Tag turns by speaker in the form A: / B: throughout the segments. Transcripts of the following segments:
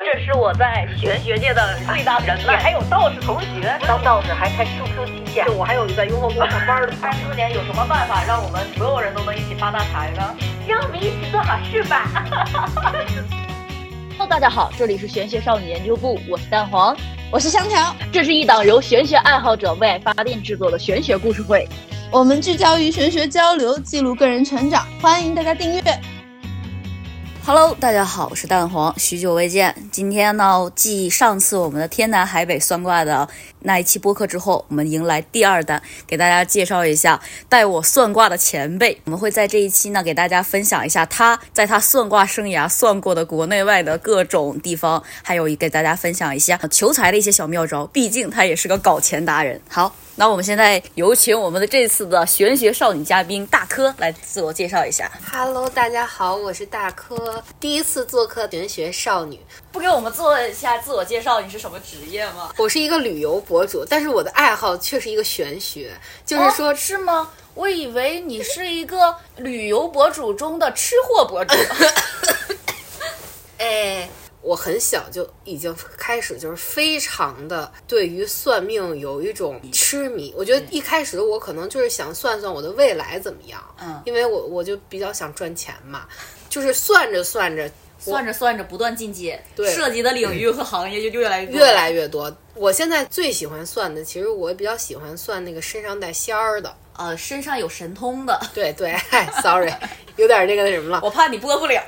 A: 这是我在玄学界的最大人脉，
B: 还有道士同学，
A: 当道士还开 QQ 地线
B: 就。我还有在雍和宫上班的。
A: 三周年有什么办法让我们所有人都能一起发大财呢？
C: 让我们一起做好事吧。
A: Hello，大家好，这里是玄学少女研究部，我是蛋黄。
D: 我是香肠，
A: 这是一档由玄学爱好者为爱发电制作的玄学故事会。
D: 我们聚焦于玄学交流，记录个人成长，欢迎大家订阅。
E: Hello，大家好，我是蛋黄，许久未见。今天呢，继上次我们的天南海北算卦的那一期播客之后，我们迎来第二弹，给大家介绍一下带我算卦的前辈。我们会在这一期呢，给大家分享一下他在他算卦生涯算过的国内外的各种地方，还有给大家分享一下求财的一些小妙招。毕竟他也是个搞钱达人。好，那我们现在有请我们的这次的玄学少女嘉宾大柯来自我介绍一下。
F: Hello，大家好，我是大柯，第一次做客玄学少女。
E: 不给我们做一下自我介绍，你是什么职业吗？
F: 我是一个旅游博主，但是我的爱好却是一个玄学，就是说，
E: 哦是吗？我以为你是一个旅游博主中的吃货博主。
F: 哎，我很小就已经开始就是非常的对于算命有一种痴迷。我觉得一开始我可能就是想算算我的未来怎么样，
E: 嗯，
F: 因为我我就比较想赚钱嘛，就是算着算着
E: 算着算着，不断进阶，
F: 对
E: 涉及的领域和行业就越来越多
F: 越来越多。我现在最喜欢算的，其实我比较喜欢算那个身上带仙儿的。
E: 呃，身上有神通的，
F: 对对、哎、，sorry，有 点那个那什么了。
E: 我怕你播不 了。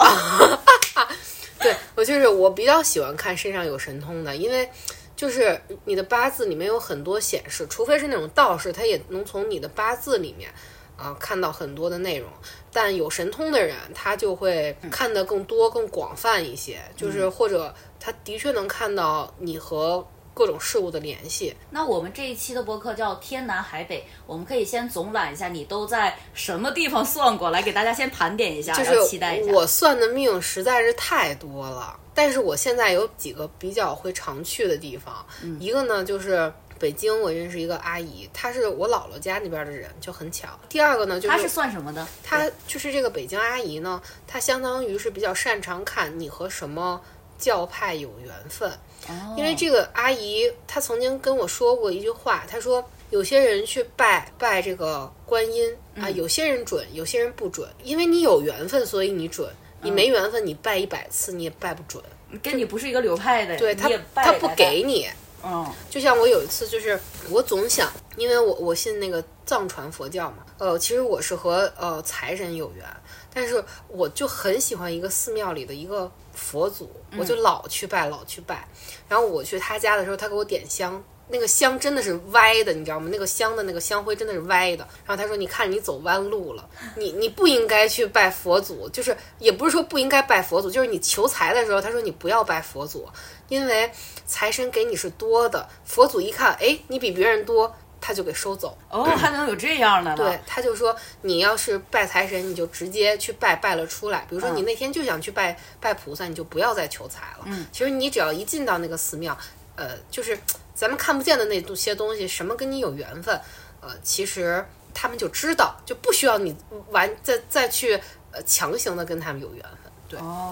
F: 对我就是我比较喜欢看身上有神通的，因为就是你的八字里面有很多显示，除非是那种道士，他也能从你的八字里面啊、看到很多的内容。但有神通的人，他就会看得更多、更广泛一些，就是或者他的确能看到你和各种事物的联系。
E: 那我们这一期的播客叫《天南海北》，我们可以先总览一下你都在什么地方算过，来给大家先盘点一下，
F: 就
E: 然后期待一
F: 是
E: 下。
F: 我算的命实在是太多了，但是我现在有几个比较会常去的地方，
E: 嗯
F: 一个呢就是。北京，我认识一个阿姨，她是我姥姥家那边的人，就很巧。第二个呢，就
E: 他是算什么的？
F: 她就是这个北京阿姨呢，她相当于是比较擅长看你和什么教派有缘分，
E: 哦
F: 因为这个阿姨她曾经跟我说过一句话，她说有些人去拜拜这个观音啊，有些人准，有些人不准，因为你有缘分，所以你准。你没缘分，你拜一百次你也拜不准。
E: 跟你不是一个流派的，
F: 对
E: 你
F: 他
E: 也，拜
F: 他不
E: 拜
F: 给你。
E: 嗯，
F: 就像我有一次，就是我总想，因为我我信那个藏传佛教嘛，呃，其实我是和呃财神有缘，但是我就很喜欢一个寺庙里的一个佛祖，我
E: 嗯
F: 就老去拜，老去拜。然后我去他家的时候，他给我点香，那个香真的是歪的，你知道吗？那个香的那个香灰真的是歪的。然后他说：“你看你走弯路了，你你不应该去拜佛祖，就是也不是说不应该拜佛祖，就是你求财的时候，他说你不要拜佛祖，因为财神给你是多的，佛祖一看，哎，你比别人多，他就给收走。”
E: 哦，还能有这样的呢？
F: 对，他就说你要是拜财神，你就直接去拜，拜了出来。比如说
E: 嗯
F: 你那天就想去拜、拜菩萨，你就不要再求财了。嗯，其实你只要一进到那个寺庙，呃，就是咱们看不见的那东些东西，什么跟你有缘分，呃，其实他们就知道，就不需要你完再再去呃强行的跟他们有缘分。对，
E: 哦，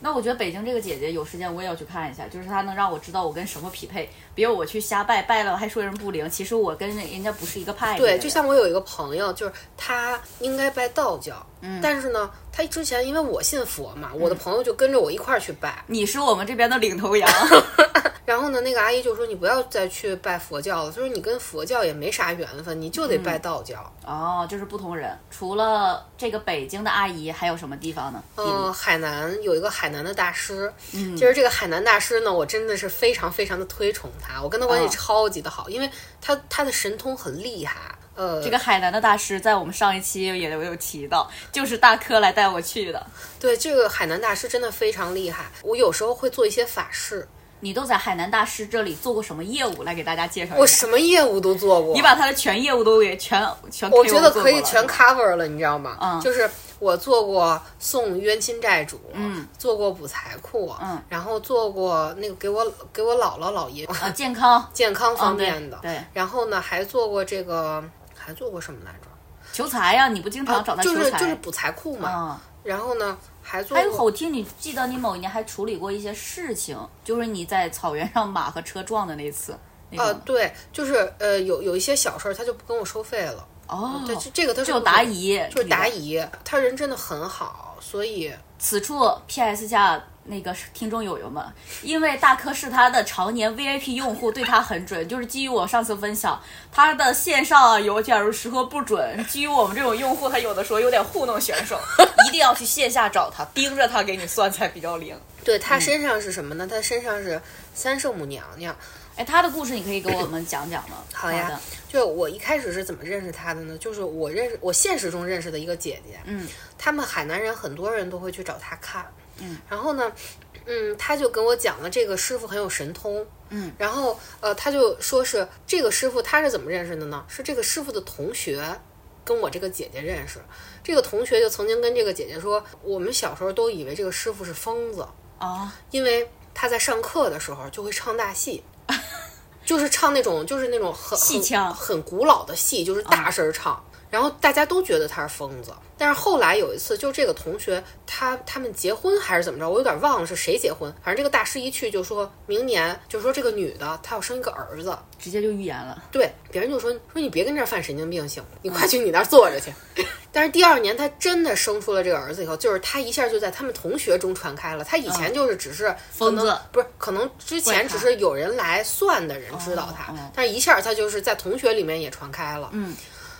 E: 那我觉得北京这个姐姐有时间我也要去看一下，就是她能让我知道我跟什么匹配，别我去瞎拜拜了还说人不灵，其实我跟人家不是一个派别的
F: 对，
E: 人。
F: 就像我有一个朋友，就是他应该拜道教，嗯，但是呢，他之前因为我信佛嘛，我的
E: 嗯
F: 朋友就跟着我一块儿去拜，
E: 你是我们这边的领头羊，
F: 然后呢，那个阿姨就说你不要再去拜佛教了，她说你跟佛教也没啥缘分，你就得
E: 嗯
F: 拜道教。
E: 哦，就是不同人。除了这个北京的阿姨，还有什么地方呢？
F: 嗯、海南有一个海南的大师，
E: 嗯
F: 就是这个海南大师呢，我真的是非常非常的推崇他，我跟他关系
E: 哦
F: 超级的好，因为他他的神通很厉害。呃，
E: 这个海南的大师在我们上一期也有有提到，就是大柯来带我去的。
F: 对这个海南大师真的非常厉害，我有时候会做一些法事，
E: 你都在海南大师这里做过什么业务？来给大家介绍一
F: 我
E: 下。
F: 什么业务都做过。
E: 你把他的全业务都给全全给
F: 我觉得
E: 做
F: 可以
E: 过了
F: 全 cover 了，你知道吗？
E: 嗯
F: 就是我做过送冤亲债主，嗯，做过补财库，
E: 嗯，
F: 然后做过那个给我给我姥姥姥爷
E: 啊，健康
F: 健康
E: 嗯
F: 方
E: 对
F: 面的，
E: 对
F: 然后呢，还做过这个，还做过什么来着？
E: 啊求财呀、你不经常找他
F: 啊就
E: 求
F: 是
E: 财？
F: 就是补财库嘛。
E: 啊，
F: 然后呢，还做
E: 还有，
F: 过
E: 我听你记得你某一年还处理过一些事情，就是你在草原上马和车撞的那次。那
F: 呃，
E: 种
F: 对，就是呃，有有一些小事儿，他就不跟我收费了。
E: 哦，
F: 呃对，这这个他是
E: 就
F: 不
E: 答
F: 给
E: 疑，
F: 就是答。疑，他人真的很好，所以
E: 此处 PS 下那个听众友友们，因为大柯是他的常年 VIP 用户，对他很准，就是基于我上次分享，他的线上啊有假如识和不准，基于我们这种用户，他有的时候有点糊弄选手，一定要去线下找他，盯着他给你算才比较灵。
F: 对
E: 嗯
F: 他身上是什么呢？他身上是三圣母娘娘。
E: 哎，他的故事你可以给我们讲讲吗？
F: 好呀
E: 的
F: 就我一开始是怎么认识他的呢？就是我认识我现实中认识的一个姐姐，
E: 嗯，
F: 他们海南人很多人都会去找他看，嗯，然后呢，嗯，他就跟我讲了这个师傅很有神通，
E: 嗯，
F: 然后呃，他就说是这个师傅他是怎么认识的呢？是这个师傅的同学跟我这个姐姐认识，这个同学就曾经跟这个姐姐说，我们小时候都以为这个师傅是疯子，
E: 啊，
F: 因为他在上课的时候就会唱 大戏，就是唱那种就是那种很
E: 戏腔嗯
F: 很很古老的戏，就是大声唱。然后大家都觉得他是疯子，但是后来有一次，就这个同学他他们结婚还是怎么着，我有点忘了是谁结婚。反正这个大师一去就说明年，就说这个女的她要生一个儿子，
E: 直接就预言了。
F: 对，别人就说说你别跟这儿犯神经病行吗，你快去你那儿坐着去。但是第二年，他真的生出了这个儿子以后，就是他一下就在他们同学中传开了。他以前就是只是可
E: 疯
F: 能、
E: 子
F: 不是可能之前
E: 怪他
F: 只是有人来算的人知道他，
E: 哦哦
F: 但是一下他就是在同学里面也传开了。
E: 嗯，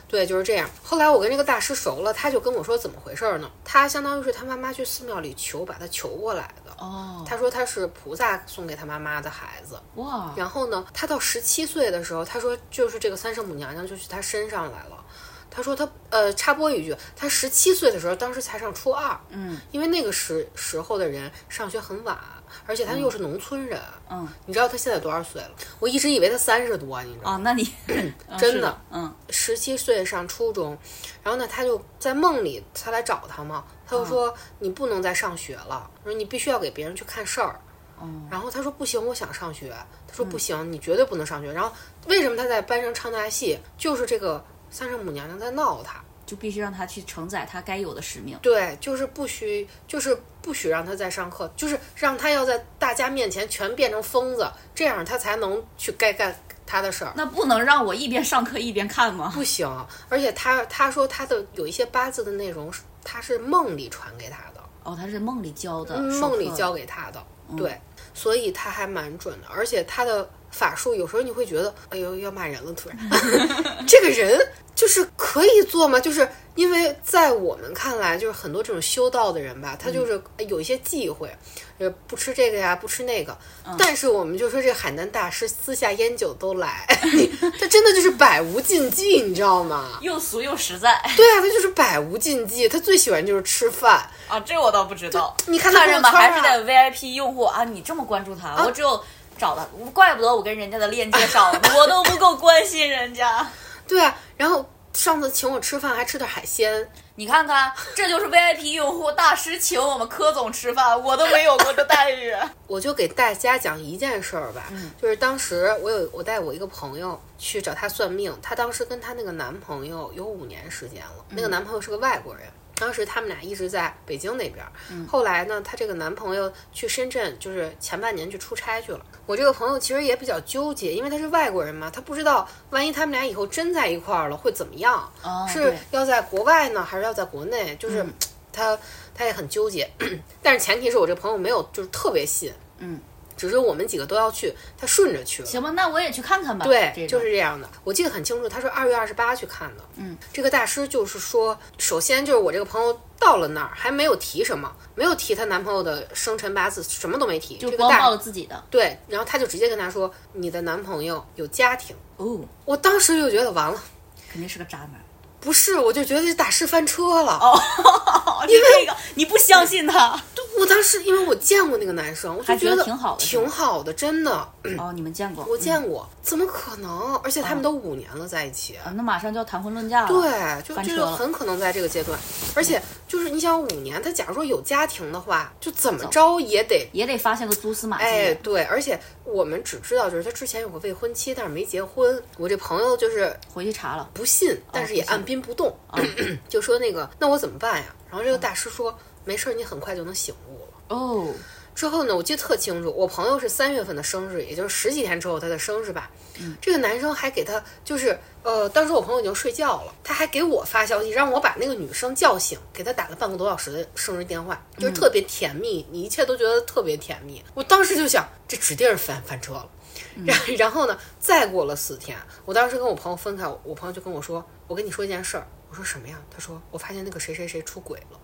F: 对，就是这样。后来我跟这个大师熟了，他就跟我说怎么回事儿呢？他相当于是他妈妈去寺庙里求，把他求过来的。
E: 哦，
F: 他说他是菩萨送给他妈妈的孩子，
E: 哇，
F: 然后呢，他到十七岁的时候，他说就是这个三圣母娘娘就去他身上来了。他说他呃，插播一句，他十七岁的时候，当时才上初二，
E: 嗯
F: 因为那个时时候的人上学很晚，而且他又是农村人。
E: 嗯
F: 你知道他现在多少岁了？我一直以为他三十多，你知道
E: 啊，
F: 吗？
E: 那你嗯
F: 真
E: 是
F: 的，
E: 嗯，
F: 十七岁上初中，然后呢，他就在梦里，他来找他嘛，他就
E: 哦
F: 说、你不能再上学了，说你必须要给别人去看事儿。
E: 哦，嗯
F: 然后他说不行，我想上学。他说不行，你绝对不能上学。然后为什么他在班上唱大戏？就是这个三圣母娘娘在闹他。
E: 就必须让他去承载他该有的使命。
F: 对，就是不许，就是不许让他再上课，就是让他要在大家面前全变成疯子，这样他才能去该干他的事儿。
E: 那不能让我一边上课一边看吗？
F: 不行，而且他他说他的有一些八字的内容是，他是梦里传给他的。
E: 哦，他是梦里教的，
F: 嗯
E: 授
F: 梦
E: 课嗯
F: 里教给他的，对，所以他还蛮准的，而且他的法术有时候你会觉得，哎呦要骂人了， 突然，这个人就是可以做吗？就是因为在我们看来，就是很多这种修道的人吧，
E: 嗯
F: 他就是哎有一些忌讳，呃，不吃这个呀，不吃那个，
E: 嗯
F: 但是我们就说这海南大师私下烟酒都来， 你他真的就是百无禁忌，你知 道吗？
E: 又俗又实在
F: 对啊，他就是百无禁忌，他最喜欢就是吃饭。
E: 啊，这我倒不知道。
F: 你看他
E: 看着吧，
F: 朋友圈
E: 还是
F: 啊
E: 得 VIP 用户啊，你这么关注他，我只有找他，怪不得我跟人家的链接 少，我都不够关心人家。
F: 对啊，然后上次请我吃饭还吃点海鲜，
E: 你看看，这就是 VIP 用户大师请我们柯总吃饭，我都没有过的待 遇。
F: 我就给大家讲一件事儿吧，就是当时我有我带我一个朋友去找她算命，她当时跟她那个男朋友有五年时间了，那个男朋友是个外国人。当时他们俩一直在北京那边儿，后来呢，她这个男朋友去深圳，就是前半年去出差去了。我这个朋友其实也比较纠结，因为他是外国人嘛，他不知道万一他们俩以后真在一块儿了会怎么样，
E: 哦
F: 是
E: 对嗯
F: 要在国外呢，还是要在国内？就是他、他也很纠结， 但是前提是我这朋友没有就是特别信，
E: 嗯
F: 只是我们几个都要去，他顺着去了。
E: 行吧，那我也去看看吧。这
F: 对，
E: 个
F: 就是这样的。我记得很清楚，他是二月二十八去看的。
E: 嗯，
F: 这个大师就是说，首先就是我这个朋友到了那儿还没有提什么，没有提她男朋友的生辰八字，什么都没提。
E: 就
F: 这个
E: 光
F: 大
E: 报了自己的
F: 对，然后他就直接跟她说，你的男朋友有家庭。
E: 哦，
F: 我当时就觉得完了，
E: 肯定是个渣男。
F: 不是，我就觉得这大师翻车了。
E: 哦，因为这个你不相信他。
F: 对我当时因为我见过那个男生，我就
E: 还觉得
F: 得
E: 挺好的是吗
F: 挺好的，真的，
E: 哦，你们见过？
F: 我见过，怎么可能？而且
E: 嗯
F: 他们都五年了在一起。
E: 啊，那马上就要谈婚论嫁了。，
F: 对，就
E: 翻
F: 就
E: 车
F: 是
E: 了嗯
F: 很可能在这个阶段，而且就是你想五年，他假如说有家庭的话，就怎么着也得。
E: 也得发现个蛛丝马迹。
F: 哎，对，而且我们只知道就是他之前有个未婚妻，但是没结婚。我这朋友就是
E: 回去查了。
F: 不信，但是也
E: 哦不信嗯
F: 按兵不动，就说那个那我怎么办呀？然后这个大师说、没事儿，你很快就能醒悟了。
E: 哦，
F: 之后呢，我记得特清楚，我朋友是三月份的生日，也就是十几天之后他的生日吧。这个男生还给他，就是呃，当时我朋友已经睡觉了，他还给我发消息，让我把那个女生叫醒，给他打了半个多小时的生日电话，就是特别甜蜜，你一切都觉得特别甜蜜。我当时就想，这指定是翻翻车了。 然然后呢，再过了四天，我当时跟我朋友分开，我朋友就跟我说，我跟你说一件事儿。我说什么呀？他说我发现那个谁谁谁出轨了。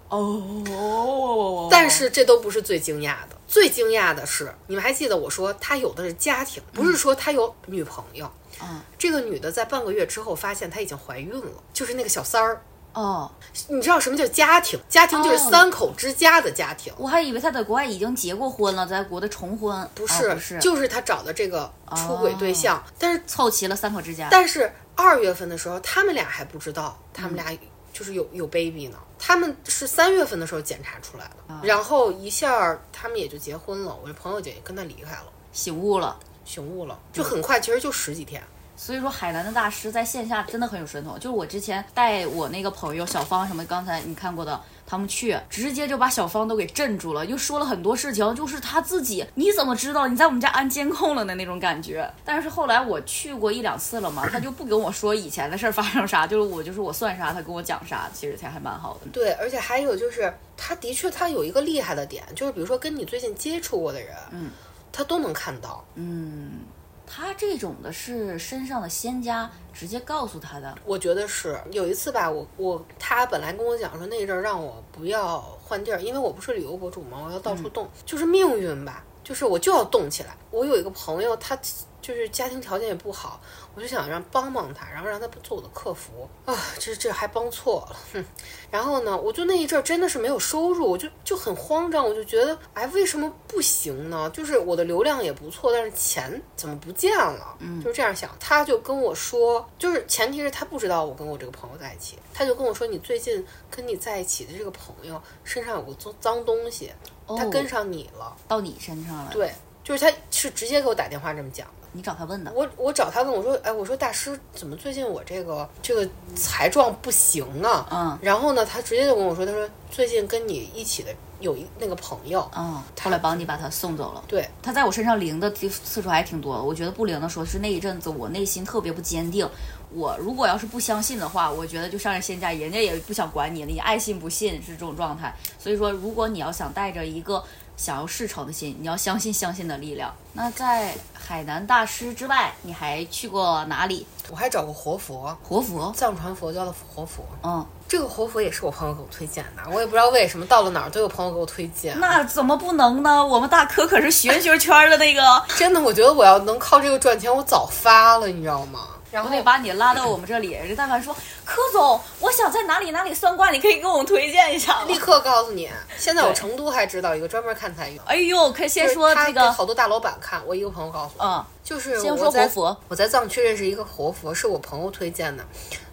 E: 哦，
F: 但是这都不是最惊讶的，最惊讶的是，你们还记得我说他有的是家庭，不是说他有女朋友。
E: 嗯
F: 这个女的在半个月之后发现她已经怀孕了，就是那个小三儿。
E: 哦，
F: 你知道什么叫家庭？家庭就是
E: 哦
F: 三口之家的家庭，
E: 我还以为他在国外已经结过婚了，在国内重婚，
F: 不
E: 是、
F: 是，
E: 哦不是，哦
F: 就是她找的这个出轨对象。但是，
E: 凑齐了三口之家。
F: 但是二月份的时候，他们俩还不知道，他们俩就是有有 baby 呢。他们是三月份的时候检查出来
E: 嗯
F: 的，然后一下儿他们也就结婚了。我这朋友就也跟他离开了。
E: 醒悟了。
F: 醒悟了，嗯就很快，其实就十几天。
E: 所以说，海南的大师在线下真的很有神通。就是我之前带我那个朋友小芳什么，刚才你看过的，他们去直接就把小芳都给镇住了，又说了很多事情，就是他自己你怎么知道你在我们家安监控了的那种感觉。但是后来我去过一两次了嘛，他就不跟我说以前的事儿发生啥，就是我就是我算啥，他跟我讲啥，其实才还蛮好的。
F: 对，而且还有就是，他的确他有一个厉害的点，就是比如说跟你最近接触过的人，
E: 嗯，
F: 他都能看到。
E: 嗯，他这种的是身上的仙家直接告诉他的。
F: 我觉得是有一次吧，我我他本来跟我讲说那一阵儿让我不要换地儿，因为我不是旅游博主嘛，我要到处动，就是命运吧，就是我就要动起来。我有一个朋友，他就是家庭条件也不好，我就想让帮帮他，然后让他做我的客服啊，这这还帮错了，哼。然后呢，我就那一阵儿真的是没有收入，我就就很慌张，我就觉得哎，为什么不行呢？就是我的流量也不错，但是钱怎么不见了？嗯，就是这样想。他就跟我说，就是前提是他不知道我跟我这个朋友在一起，他就跟我说，你最近跟你在一起的这个朋友身上有个脏脏东西，
E: 哦
F: 他跟上你了。
E: 到你身上了，
F: 对，就是他是直接给我打电话这么讲的。
E: 你找他问的。
F: 我我找他问我说，哎，我说大师，怎么最近我这个这个财状不行啊？
E: 嗯
F: 然后呢，他直接就跟我说，他说最近跟你一起的有一那个朋友，
E: 嗯，后来帮你把他送走了。
F: 对，
E: 他在我身上灵的次次数还挺多的，我觉得不灵的时候是那一阵子我内心特别不坚定。我如果要是不相信的话，我觉得就上人仙家，人家也不想管你，你爱信不信是这种状态。所以说，如果你要想带着一个想要事成的心，你要相信相信的力量。那在海南大师之外，你还去过哪里？
F: 我还找过活佛，
E: 活佛，
F: 藏传佛教的活佛。
E: 嗯，
F: 这个活佛也是我朋友给我推荐的，我也不知道为什么到了哪儿都有朋友给我推荐。
E: 那怎么不能呢？我们大可可是玄学圈的那个。
F: 真的，我觉得我要能靠这个赚钱，我早发了，你知道吗？然
E: 我
F: 后
E: 得把你拉到我们这里。人家但凡说柯总，我想在哪里哪里算卦，你可以给我们推荐一下吗
F: 立？刻告诉你，现在我成都还知道一个专门看财运。
E: 哎呦，可以先说
F: 就是他
E: 这
F: 给
E: 个，
F: 好多大老板看，我一个朋友告诉我，
E: 嗯，
F: 就是
E: 先
F: 我
E: 说
F: 在
E: 活佛，
F: 我在藏区认识一个活佛，是我朋友推荐的，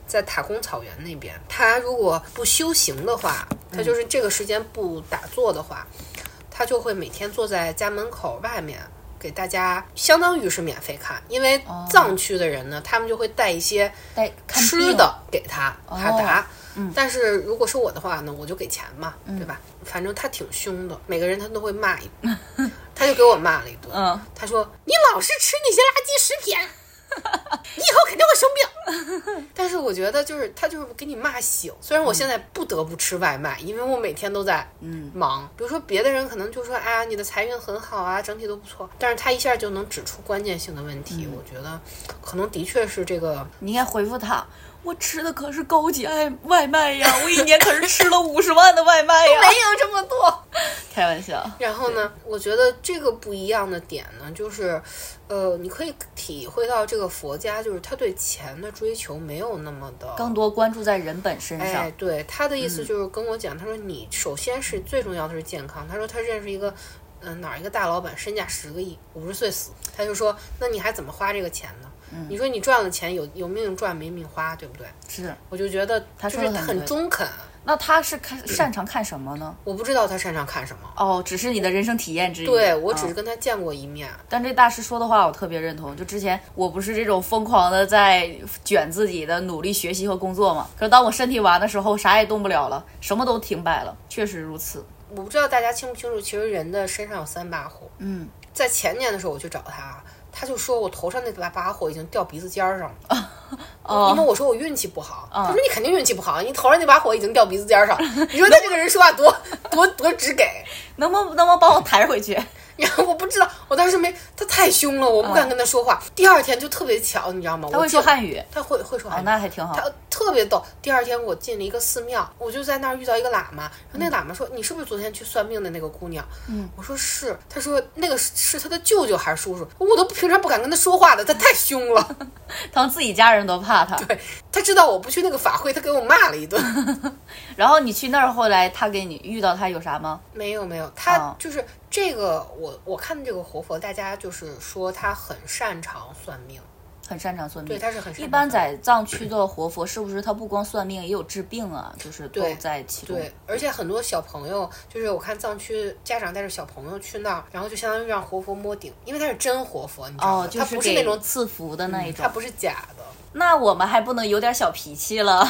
F: 在塔公草原那边。他如果不修行的话，
E: 嗯
F: 他就是这个时间不打坐的话，他就会每天坐在家门口外面。给大家相当于是免费看，因为
E: 哦
F: 藏区的人呢，他们就会带一些
E: 带看
F: 吃
E: 病
F: 的给他
E: 哦
F: 哈达。
E: 嗯
F: 但是如果是我的话呢，我就给钱嘛，对吧？反正他挺凶的，每个人他都会骂一顿， 他就给我骂了一顿。
E: 嗯，
F: 他说：“你老是吃那些垃圾食品， 你以后肯定会生病。”但是我觉得就是他就是给你骂醒。虽然我现在不得不吃外卖，因为我每天都在
E: 嗯
F: 忙。比如说别的人可能就说：“哎呀，你的财运很好啊，整体都不错。”但是他一下就能指出关键性的问题，我觉得可能的确是这个
E: 你应该回复他。我吃的可是高级爱外卖呀，我一年可是吃了五十万的外卖呀！
F: 没有这么多。
E: 开玩 笑，
F: 然后呢，我觉得这个不一样的点呢，就是，呃，你可以体会到这个佛家就是他对钱的追求没有那么的
E: 更多关注在人本身上。
F: 哎，对，他的意
E: 嗯
F: 思就是跟我讲，他说你首先是最重要的是健康。他说他认识一个，嗯、哪儿一个大老板，身价十个亿，五十岁死，他就说，那你还怎么花这个钱呢？
E: 嗯
F: 你说你赚了钱有有命赚没命花，对不对？
E: 是，
F: 我就觉得
E: 他
F: 就
E: 说
F: 是
E: 得很
F: 很
E: 对
F: 中肯，
E: 那他是看擅长看什么呢？
F: 我不知道他擅长看什么。
E: 哦，只是你的人生体验之一。
F: 对我只
E: 嗯
F: 是跟他见过一面，
E: 但这大师说的话我特别认同。就之前我不是这种疯狂的在卷自己的努力学习和工作嘛，可是当我身体完的时候，啥也动不了了，什么都停摆了，确实如此。
F: 我不知道大家清不清楚，其实人的身上有三把火。
E: 嗯，
F: 在前年的时候我去找他，他就说我头上那把把火已经掉鼻子尖儿上了，因为
E: 哦，
F: 我说我运气不好，
E: 哦
F: 他说你肯定运气不好，你头上那把火已经掉鼻子尖儿上了。 你说他这个人说话多 多多直给，
E: 能不能能不能帮我抬回去？
F: 然后 我不知道，我当时没他太凶了，我不敢跟他说话。第二天就特别巧，你知道吗？
E: 嗯他会
F: 我
E: 说
F: 进
E: 汉语
F: 他会会说
E: 哦
F: 汉，语。
E: 那还挺好。
F: 哎他特别逗。第二天我进了一个寺庙，我就在那儿遇到一个喇嘛，然后
E: 嗯
F: 那个喇嘛说：“你是不是昨天去算命的那个姑娘？”嗯，我说是。他说：“那个是是他的舅舅还是叔叔？”我都平常不敢跟他说话的，他太凶了。
E: 他们自己家人都怕他。
F: 他知道我不去那个法会，他给我骂了 一顿。
E: 然后你去那儿，后来他给你遇到他有啥吗？
F: 没有没有，他
E: 哦
F: 就是这个，我我看这个活佛，大家就是说他很擅长算命，
E: 很擅长算
F: 对，
E: 命。
F: 他是很擅长
E: 一般
F: 算命
E: 在藏区的活佛，是不是他不光算命，也有治病啊？就是都
F: 对
E: 在其中。
F: 对，而且很多小朋友，就是我看藏区家长带着小朋友去那儿，然后就相当于让活佛摸顶，因为他是真活佛，你知道吗？
E: 哦，就
F: 他不是
E: 给
F: 那种，嗯
E: 赐福的那一种
F: 他。不是假的，
E: 那我们还不能有点小脾气了？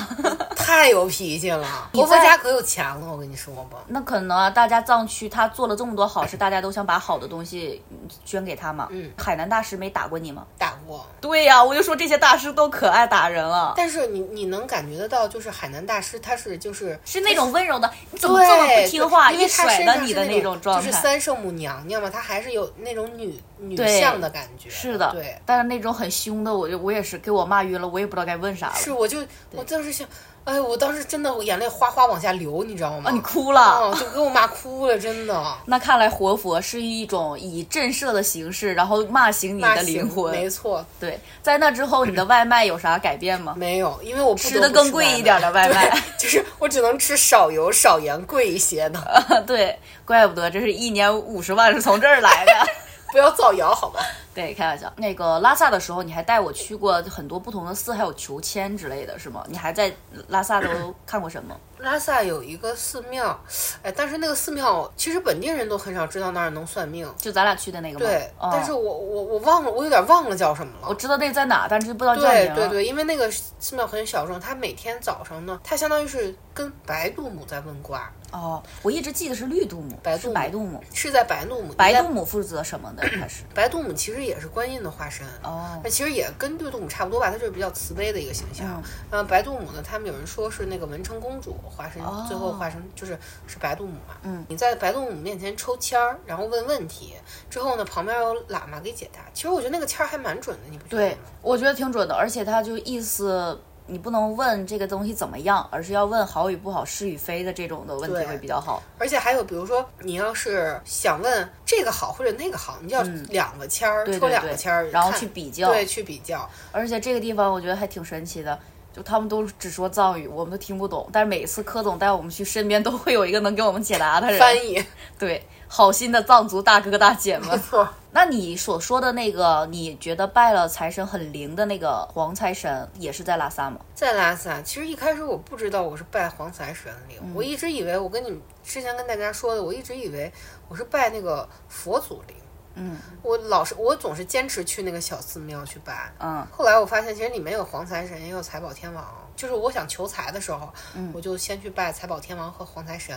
F: 太有脾气了。
E: 你
F: 活佛
E: 在
F: 家可有钱了，我跟你说吧。
E: 那可能啊，大家藏区他做了这么多好事，大家都想把好的东西嗯捐给他嘛。
F: 嗯
E: 海南大师没打过你吗？
F: 打过，
E: 对呀、我就说这些大师都可爱打人了。
F: 但是你你能感觉得到，就是海南大师他是就是
E: 是那种温柔的，你
F: 对
E: 怎么这么不听话，
F: 因为
E: 一
F: 他
E: 甩
F: 身
E: 了
F: 上
E: 你
F: 是
E: 的
F: 那
E: 种状
F: 就是
E: 态。
F: 三圣母娘娘嘛，她还是有那种女女
E: 对
F: 相的感觉。
E: 是的，
F: 对，
E: 但是那种很凶的，我就我也是给我骂晕了，我也不知道该问啥了。
F: 是，我就我当时想，哎，我当时真的我眼泪哗哗往下流，你知道吗？
E: 啊，你哭了。
F: 哦，就给我妈哭了，真的。
E: 那看来活佛是一种以震慑的形式，然后骂醒你
F: 那
E: 的灵魂。
F: 没错，
E: 对，在那之后，你的外卖有啥改变吗？
F: 没有，因为我不
E: 吃
F: 得
E: 得
F: 不
E: 更贵
F: 外
E: 一点的外卖
F: 对就是我只能吃少油少盐贵一些的，
E: 对，怪不得这是一年五十万是从这儿来的。
F: 不要造谣好吧？
E: 对，开玩笑。那个拉萨的时候，你还带我去过很多不同的寺，还有求签之类的，是吗？你还在拉萨都看过什么？
F: 拉萨有一个寺庙，哎，但是那个寺庙其实本地人都很少知道那儿能算命。
E: 就咱俩去的那个吗？
F: 对，
E: 哦
F: 但是我我我忘了，我有点忘了叫什么
E: 我
F: 了。
E: 知道那个在哪，但是不知道叫
F: 对
E: 名。
F: 对，对，因为那个寺庙很小众，它每天早上呢，它相当于是跟白度母在问卦，
E: 哦，我一直记得是绿度母，
F: 白度
E: 是
F: 母
E: 白度母，
F: 是在白度母。
E: 白
F: 你在
E: 度母负责什么的？开始
F: 白度母其实也是观音的化身。
E: 哦
F: 那，其实也跟对度母差不多吧，她就是比较慈悲的一个形象。
E: 嗯
F: 嗯，白度母呢，他们有人说是那个文成公主化身，
E: 哦
F: 最后化身就是是白度母嘛。
E: 嗯，
F: 你在白度母面前抽签儿，然后问问题，之后呢，旁边有喇嘛给解答。其实我觉得那个签儿还蛮准的，你不觉得
E: 对
F: 吗？，
E: 我觉得挺准的，而且他就意思。你不能问这个东西怎么样，而是要问好与不好、是与非的这种的问题
F: 对
E: 会比较好。
F: 而且还有，比如说你要是想问这个好或者那个好，你就要
E: 嗯
F: 两个签儿、
E: 对
F: 抽
E: 对
F: 两个
E: 对
F: 签儿，
E: 然后
F: 看
E: 去比较
F: 对，去比较。
E: 而且这个地方我觉得还挺神奇的，就他们都只说藏语，我们都听不懂。但是每次柯总带我们去，身边都会有一个能给我们解答的人。
F: 翻译，
E: 对，好心的藏族大哥大姐
F: 没
E: 们。
F: 错。
E: 那你所说的那个，你觉得拜了财神很灵的那个黄财神，也是在拉萨吗？
F: 在拉萨，其实一开始我不知道我是拜黄财神灵，我一直以为我跟你们之前跟大家说的，我一直以为我是拜那个佛祖灵。
E: 嗯，
F: 我老是我总是坚持去那个小寺庙去拜。
E: 嗯，
F: 后来我发现，其实里面有黄财神，也有财宝天王。就是我想求财的时候，我就先去拜财宝天王和黄财神。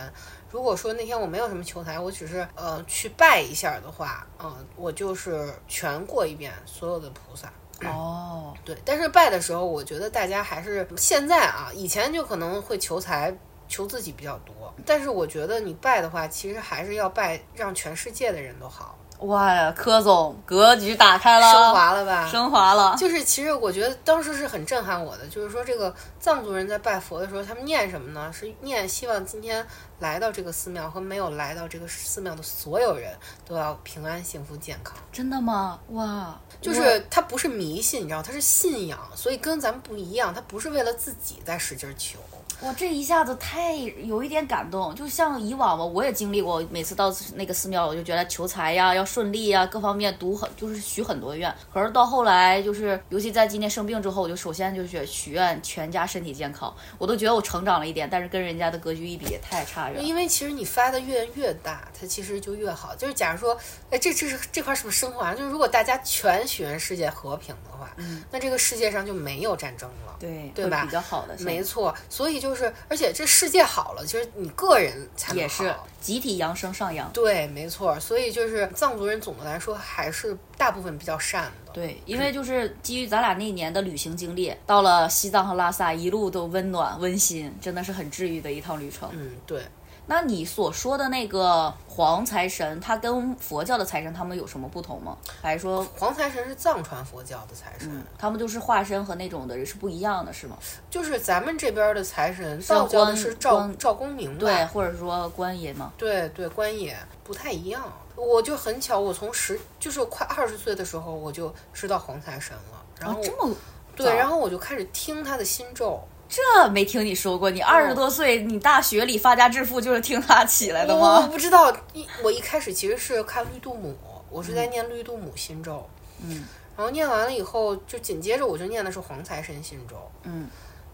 F: 如果说那天我没有什么求财，我只是呃去拜一下的话，嗯、我就是全过一遍所有的菩萨。
E: 哦，
F: 对，但是拜的时候，我觉得大家还是现在啊，以前就可能会求财、求自己比较多，但是我觉得你拜的话，其实还是要拜让全世界的人都好，
E: 哇，柯总格局打开了，
F: 升华了吧？
E: 啊升华了。
F: 就是其实我觉得当时是很震撼我的，就是说这个藏族人在拜佛的时候，他们念什么呢？是念希望今天来到这个寺庙和没有来到这个寺庙的所有人都要平安、幸福、健康。
E: 真的吗？哇，
F: 就是它不是迷信，你知道，它是信仰，所以跟咱们不一样，它不是为了自己在使劲儿求。
E: 我这一下子太有一点感动，就像以往吧，我也经历过，每次到那个寺庙，我就觉得求财呀，要顺利呀，各方面读很就是许很多愿。可是到后来，就是尤其在今年生病之后，我就首先就是许愿全家身体健康，我都觉得我成长了一点，但是跟人家的格局一比，也太差远了。
F: 因为其实你发的越越大，它其实就越好。就是假如说，哎，这这是这块儿是不是升华？就是如果大家全许愿世界
E: 嗯
F: 和平的话，那这个世界上就没有战争了。
E: 对
F: 对
E: 会
F: 吧
E: 比较好的，
F: 没错，所以就是，而且这世界好了，其实你个人才能
E: 也是
F: 好
E: 集体扬声上扬。
F: 对，没错。所以就是藏族人总的来说还是大部分比较善的。
E: 对，因为就是基于咱俩那一年的旅行经历，到了西藏和拉萨，一路都温暖温馨，真的是很治愈的一趟旅程。
F: 嗯，对，
E: 那你所说的那个黄财神，他跟佛教的财神他们有什么不同吗？还是说，
F: 黄财神是藏传佛教的财神，
E: 嗯，他们就是化身和那种的人是不一样的，是 吗？
F: 就是咱们这边的财神，道教的
E: 关
F: 是赵
E: 关
F: 赵公明吧？
E: 对，或者说观音吗？
F: 对对，关野不太一样。我就很巧，我从十就是快二十岁的时候，我就知道黄财神了。然
E: 啊
F: 后我、，
E: 这么
F: 对，然后我就开始听他的心咒。
E: 这没听你说过，你二十多岁，你大学里发家致富就是听他起来的
F: 我我
E: 吗？
F: 不知道，一我一开始其实是看绿度母，我是在念绿度母心咒，
E: 嗯，
F: 然后念完了以后，就紧接着我就念的是黄财神心咒，
E: 嗯，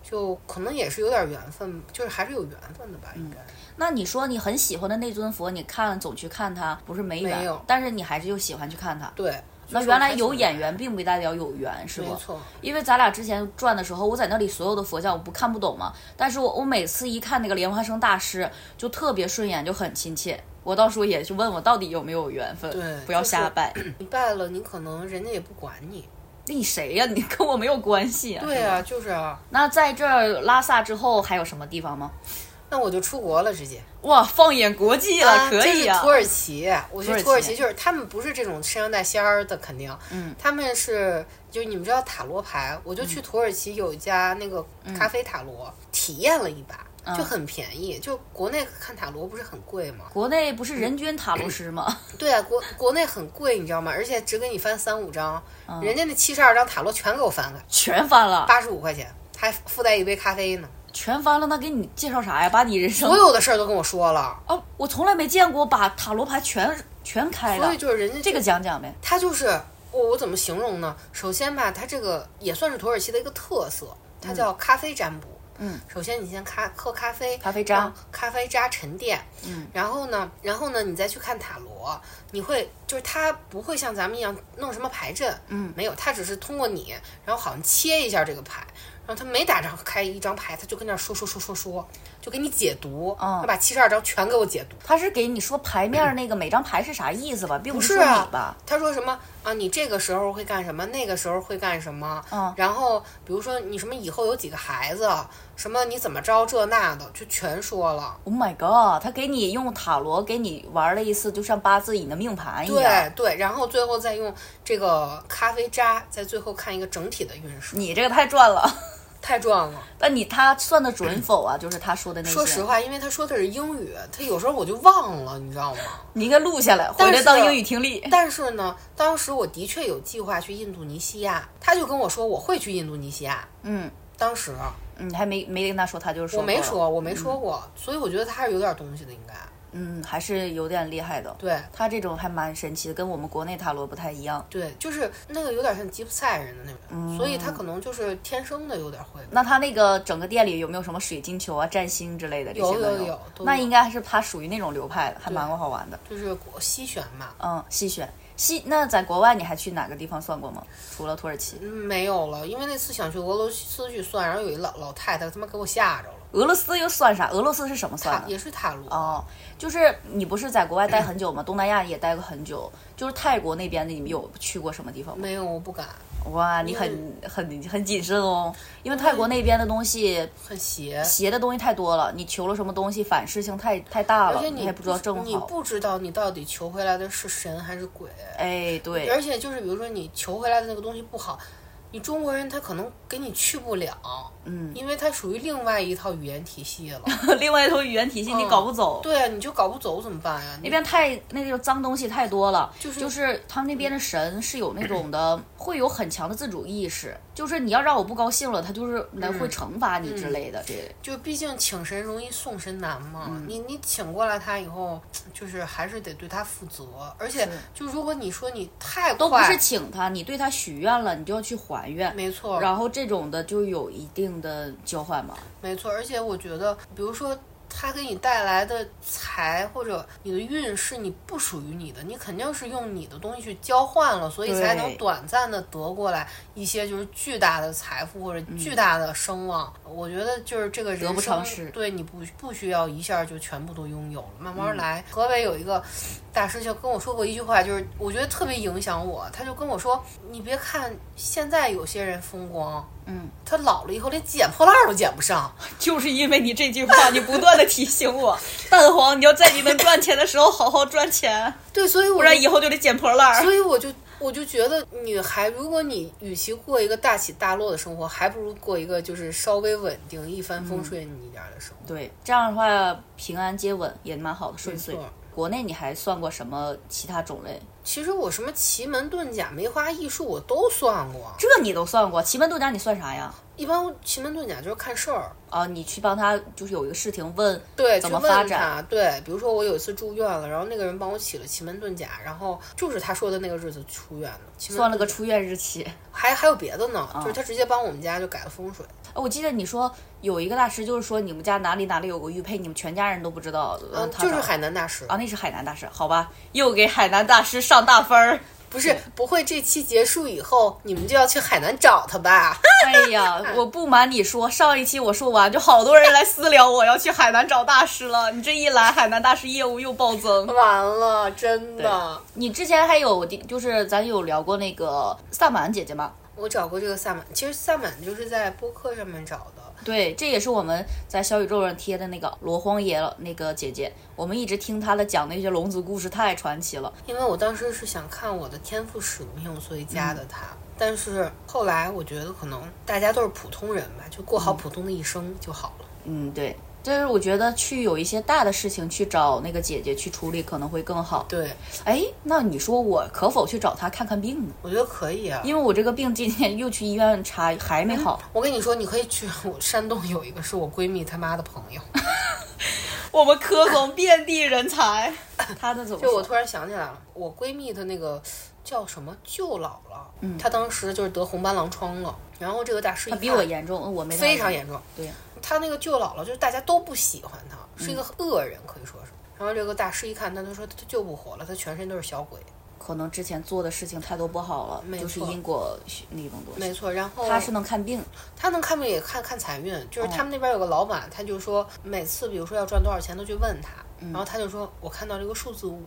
F: 就可能也是有点缘分，就是还是有缘分的吧，
E: 嗯
F: 应该。
E: 那你说你很喜欢的那尊佛，你看总去看他，不是没缘，
F: 没有
E: 但是你还是又喜欢去看他。
F: 对，
E: 那
F: 就是
E: 原
F: 我
E: 来
F: 开始
E: 有
F: 明
E: 眼
F: 白，
E: 缘并不代表有缘，是
F: 没
E: 不？
F: 错，
E: 因为咱俩之前转的时候，我在那里所有的佛教我不看不懂嘛，但是我我每次一看那个莲花生大师，就特别顺眼，就很亲切。我到时候也去问我到底有没有缘分，
F: 对
E: 不要
F: 就是
E: 瞎拜。
F: 你拜了，你可能人家也不管你。
E: 那你谁呀、你跟我没有关系啊。
F: 对
E: 是吧
F: 啊，就是啊，
E: 那在这儿拉萨之后还有什么地方吗？
F: 那我就出国了，直接。
E: 哇，放眼国际了，
F: 啊
E: 可以
F: 这
E: 啊
F: 是土。耳其，我去
E: 土耳
F: 土耳
E: 其
F: 其就是他们不是这种山羊带仙儿的，肯定，
E: 嗯，
F: 他们是就你们知道塔罗牌，我就去土耳其有一家那个咖啡塔罗、体验了一把，
E: 嗯
F: 就很便宜，就国内看塔罗不是很贵吗？
E: 国内不是人均塔罗师吗？
F: 对啊，国国内很贵，你知道吗？而且只给你翻三五张，
E: 嗯
F: 人家那七十二张塔罗全给我翻了，
E: 全翻了，
F: 八十五块钱。还附带一杯咖啡呢，
E: 全翻了，那给你介绍啥呀？把你人生
F: 所有的事儿都跟我说了，
E: 哦，我从来没见过把塔罗牌全全开
F: 所以
E: 的，
F: 就是人家
E: 哎这
F: 就
E: 个讲讲呗。
F: 它就是我我怎么形容呢？首先吧，它这个也算是土耳其的一个特色，它叫咖啡占卜。
E: 嗯，
F: 首先你先咖喝咖啡，
E: 咖啡渣
F: 让咖啡渣沉淀。
E: 嗯，
F: 然后呢，然后呢，你再去看塔罗，你会就是它不会像咱们一样弄什么牌阵，
E: 嗯，
F: 没有，它只是通过你，然后好像切一下这个牌。然后他每打张开一张牌，他就跟那儿说说说说说，就给你解读，
E: 嗯
F: 他把七十二张全给我解读。
E: 他是给你说牌面儿那个每张牌是啥意思 吧，并
F: 不
E: 是
F: 是
E: 说
F: 啊
E: 你吧？
F: 他说什么啊？你这个时候会干什么？那个时候会干什么？
E: 嗯
F: 然后比如说你什么以后有几个孩子，什么你怎么着这那的，就全说了。
E: Oh my god！他给你用塔罗给你玩了一次，就像八字你的命盘一样。
F: 对对，然后最后再用这个咖啡渣，在最后看一个整体的运势，
E: 你这个太赚了，
F: 太赚了。
E: 那你他算的准否啊？就是他说的那些，
F: 说实话，因为他说的是英语，他有时候我就忘了，你知道吗？
E: 你应该录下来，
F: 但
E: 回
F: 是啊
E: 来当英语听力。
F: 但是呢，当时我的确有计划去印度尼西亚，他就跟我说我会去印度尼西亚。
E: 嗯，
F: 当时啊
E: 你还没没跟他说，他就是
F: 我没
E: 过嗯了，
F: 说，我没说过，所以我觉得他还是有点东西的，应该。
E: 嗯，还是有点厉害的。
F: 对
E: 他这种还蛮神奇的，跟我们国内塔罗不太一样。
F: 对，就是那个有点像吉普赛人的那种，
E: 嗯
F: 所以他可能就是天生的有点会。
E: 那他那个整个店里有没有什么水晶球啊、占星之类的这些
F: 有
E: 都
F: 有
E: 有
F: 有都
E: 那
F: 有
E: 应该是他属于那种流派的，还蛮
F: 对
E: 好玩的。
F: 就是国西选嘛，
E: 嗯，细选西。那在国外你还去哪个地方算过吗？除了土耳其，
F: 嗯，没有了，因为那次想去俄罗斯去算，然后有一老老太太他妈给我吓着了，
E: 俄罗斯又算啥？俄罗斯是什么算
F: 塔
E: 的？
F: 也是塔罗，
E: 哦，就是你不是在国外待很久吗？东南亚也待过很久，就是泰国那边的，你们有去过什么地方吗？
F: 没有，我不敢，
E: 哇，你很
F: 嗯
E: 很很谨慎哦，因为泰国那边的东西
F: 很邪，
E: 邪的东西太多了，你求了什么东西反噬性太太大
F: 而
E: 了，
F: 且
E: 你还不知道正
F: 你
E: 好。
F: 不知道你到底求回来的是神还是鬼，
E: 哎，对，
F: 而且就是比如说你求回来的那个东西不好，你中国人他可能给你去不了，
E: 嗯，
F: 因为它属于另外一套语言体系了。
E: 另外一套语言体系你
F: 嗯
E: 搞不走。
F: 对啊，你就搞不走怎么办呀？
E: 那
F: 你
E: 边太那个脏东西太多了，
F: 就是
E: 就是他们那边的神是有那种的，会有很强的自主意识，就是你要让我不高兴了，他就是来会惩罚你之类的。嗯这
F: 就毕竟请神容易送神难嘛。
E: 嗯
F: 你你请过来他以后，就是还是得对他负责。而且
E: 是
F: 就如果你说你太快，
E: 都不是请他，你对他许愿了，你就要去还愿。
F: 没错，
E: 然后这种的就有一定的交换嘛，
F: 没错。而且我觉得，比如说。它给你带来的财或者你的运是你不属于你的，你肯定是用你的东西去交换了，所以才能
E: 对
F: 短暂的得过来一些就是巨大的财富或者
E: 嗯
F: 巨大的声望。我觉得就是这个人
E: 得不
F: 生
E: 偿失
F: 对你不不需要一下就全部都拥有了，慢慢来。河北有一个大师就跟我说过一句话，就是我觉得特别影响我，他就跟我说：“你别看现在有些人风光，
E: 嗯，
F: 他老了以后连捡破烂儿都捡不上。
E: 就是因为你这句话，你不断的提醒我， 蛋黄，你要在你能赚钱的时候好好赚钱，”
F: 对，所以我
E: 不然以后就得捡破烂儿。
F: 所以我就 我就觉得，女孩，如果你与其过一个大起大落的生活，还不如过一个就是稍微稳定、一帆风顺一点的生活。
E: 对，这样的话平安接吻也蛮好的，顺遂
F: 没错。
E: 国内你还算过什么其他种类？
F: 其实我什么奇门遁甲、梅花易数我都算过，
E: 这你都算过，奇门遁甲你算啥呀？
F: 一般奇门遁甲就是看事儿，
E: 啊，你去帮他就是有一个事情问，
F: 对，
E: 怎
F: 去
E: 么
F: 问
E: 发
F: 他，
E: 展
F: 对，比如说我有一次住院了，然后那个人帮我起了奇门遁甲，然后就是他说的那个日子出院的，奇门
E: 算了个嗯
F: 遁甲
E: 出院日期。
F: 还还有别的呢，就是他直接帮我们家就改了风水，
E: 哦我记得你说有一个大师，就是说你们家哪里哪里有个玉佩，你们全家人都不知道，呃
F: 嗯，
E: 他
F: 就是
E: 找
F: 海南大师
E: 啊，那是海南大师，好吧，又给海南大师上大分 儿。
F: 不是，不会这期结束以后，你们就要去海南找他吧？
E: 哎呀，我不瞒你说，上一期我说完，就好多人来私聊我要去海南找大师了。你这一来，海南大师业务又暴增。
F: 完了，真的，
E: 你之前还有就是咱有聊过那个萨满姐姐吗？
F: 我找过这个萨满，其实萨满就是在播客上面找的。
E: 对，这也是我们在小宇宙上贴的那个罗荒野那个姐姐，我们一直听她的讲那些龙族故事，太传奇了。
F: 因为我当时是想看我的天赋使命，所以加
E: 嗯
F: 的他。但是后来我觉得可能大家都是普通人吧，就过好普通的一生就好了。
E: 嗯，对，就是我觉得去有一些大的事情去找那个姐姐去处理可能会更好。
F: 对，
E: 哎，那你说我可否去找她看看病呢？
F: 我觉得可以啊。
E: 因为我这个病今天又去医院查，还没 好。
F: 我跟你说，你可以去我山东有一个是我闺蜜她妈的朋 友，
E: 我们柯总遍地人才，他的怎么
F: 就我
E: 说？
F: 突然想起来了，我闺蜜她那个叫什么舅姥姥，她当时就是得红斑狼疮了，然后这个大师一
E: 他嗯比
F: 看
E: 我严重，嗯我没他
F: 非常严重，
E: 对呀
F: 她那个舅姥姥就是大家都不喜欢她，是一个
E: 嗯
F: 恶人，可以说是。然后这个大师一看，他就说他救不活了，他全身都是小鬼。
E: 可能之前做的事情太多不好了，
F: 没
E: 就是
F: 错
E: 因果那种东
F: 没
E: 西。
F: 错，然后
E: 他是能哦看病，
F: 他能看病也看看财运，就是他们那边有个老板，他就说每次比如说要赚多少钱都去问他，然后他就说我看到这个数字五，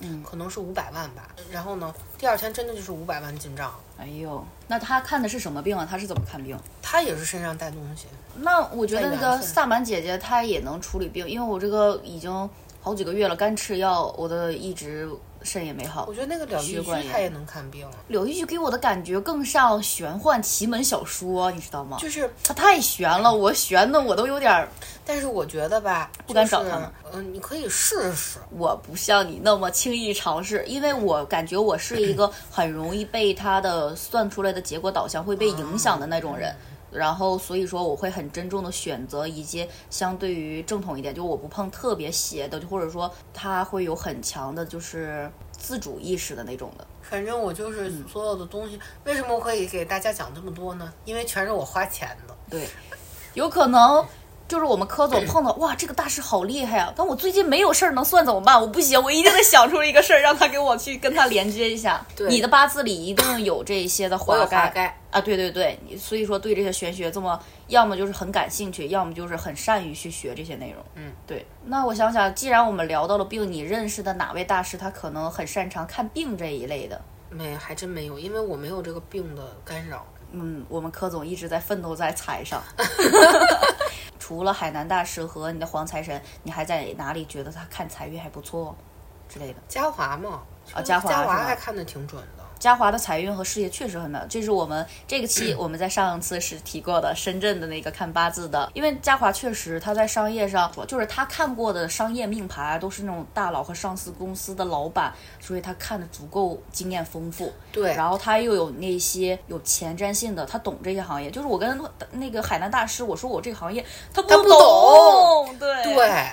E: 嗯
F: 可能是五百万吧。然后呢，第二天真的就是五百万进账，
E: 哎呦，那他看的是什么病啊？他是怎么看病？
F: 他也是身上带东西。
E: 那我觉得那
F: 太难
E: 个
F: 了
E: 萨满姐姐她也能处理病，因为我这个已经好几个月了，干吃药，我的一直肾也没好
F: 我。觉得那个了
E: 血
F: 玉居
E: 管炎
F: 他也能看病，
E: 柳絮给我的感觉更像玄幻奇门小说，你知道吗？
F: 就是
E: 它太玄了，我玄的我都有点儿
F: 但是我觉得吧，
E: 不敢找他
F: 们
E: 们。
F: 嗯、你可以试试。
E: 我不像你那么轻易尝试，因为我感觉我是一个很容易被他的算出来的结果导向会被影响的那种人。然后，所以说我会很珍重的选择一些相对于正统一点，就我不碰特别邪的，就或者说他会有很强的就是自主意识的那种的。
F: 反正我就是
E: 嗯
F: 所有的东西，为什么我可以给大家讲这么多呢？因为全是我花钱的。
E: 对，有可能就是我们柯总碰到哇，这个大师好厉害啊！但我最近没有事儿能算怎么办？我不行，我一定得想出一个事儿，让他给我去跟他连接一下。
F: 对
E: 你的八字里一定有这些的
F: 我
E: 华
F: 有
E: 盖
F: 花该，
E: 啊，对对对，你所以说对这些玄学这么，要么就是很感兴趣，要么就是很善于去学这些内容。
F: 嗯，
E: 对。那我想想，既然我们聊到了病，你认识的哪位大师他可能很擅长看病这一类的？
F: 没，还真没有，因为我没有这个病的干扰。
E: 嗯，我们柯总一直在奋斗在财上。除了海南大师和你的黄财神，你还在哪里觉得他看财运还不错之类的？
F: 嘉华嘛，
E: 啊嘉华
F: 嘉
E: 是吧
F: 华还看的挺准的。
E: 嘉华的财运和事业确实很难，这是我们这个期我们在上次是提过的深圳的那个看八字的，因为嘉华确实他在商业上，就是他看过的商业命盘啊都是那种大佬和上市公司的老板，所以他看的足够经验丰富。
F: 对，
E: 然后他又有那些有前瞻性的，他懂这些行业。就是我跟那个海南大师，我说我这个行业他不
F: 他不懂
E: 对
F: 对，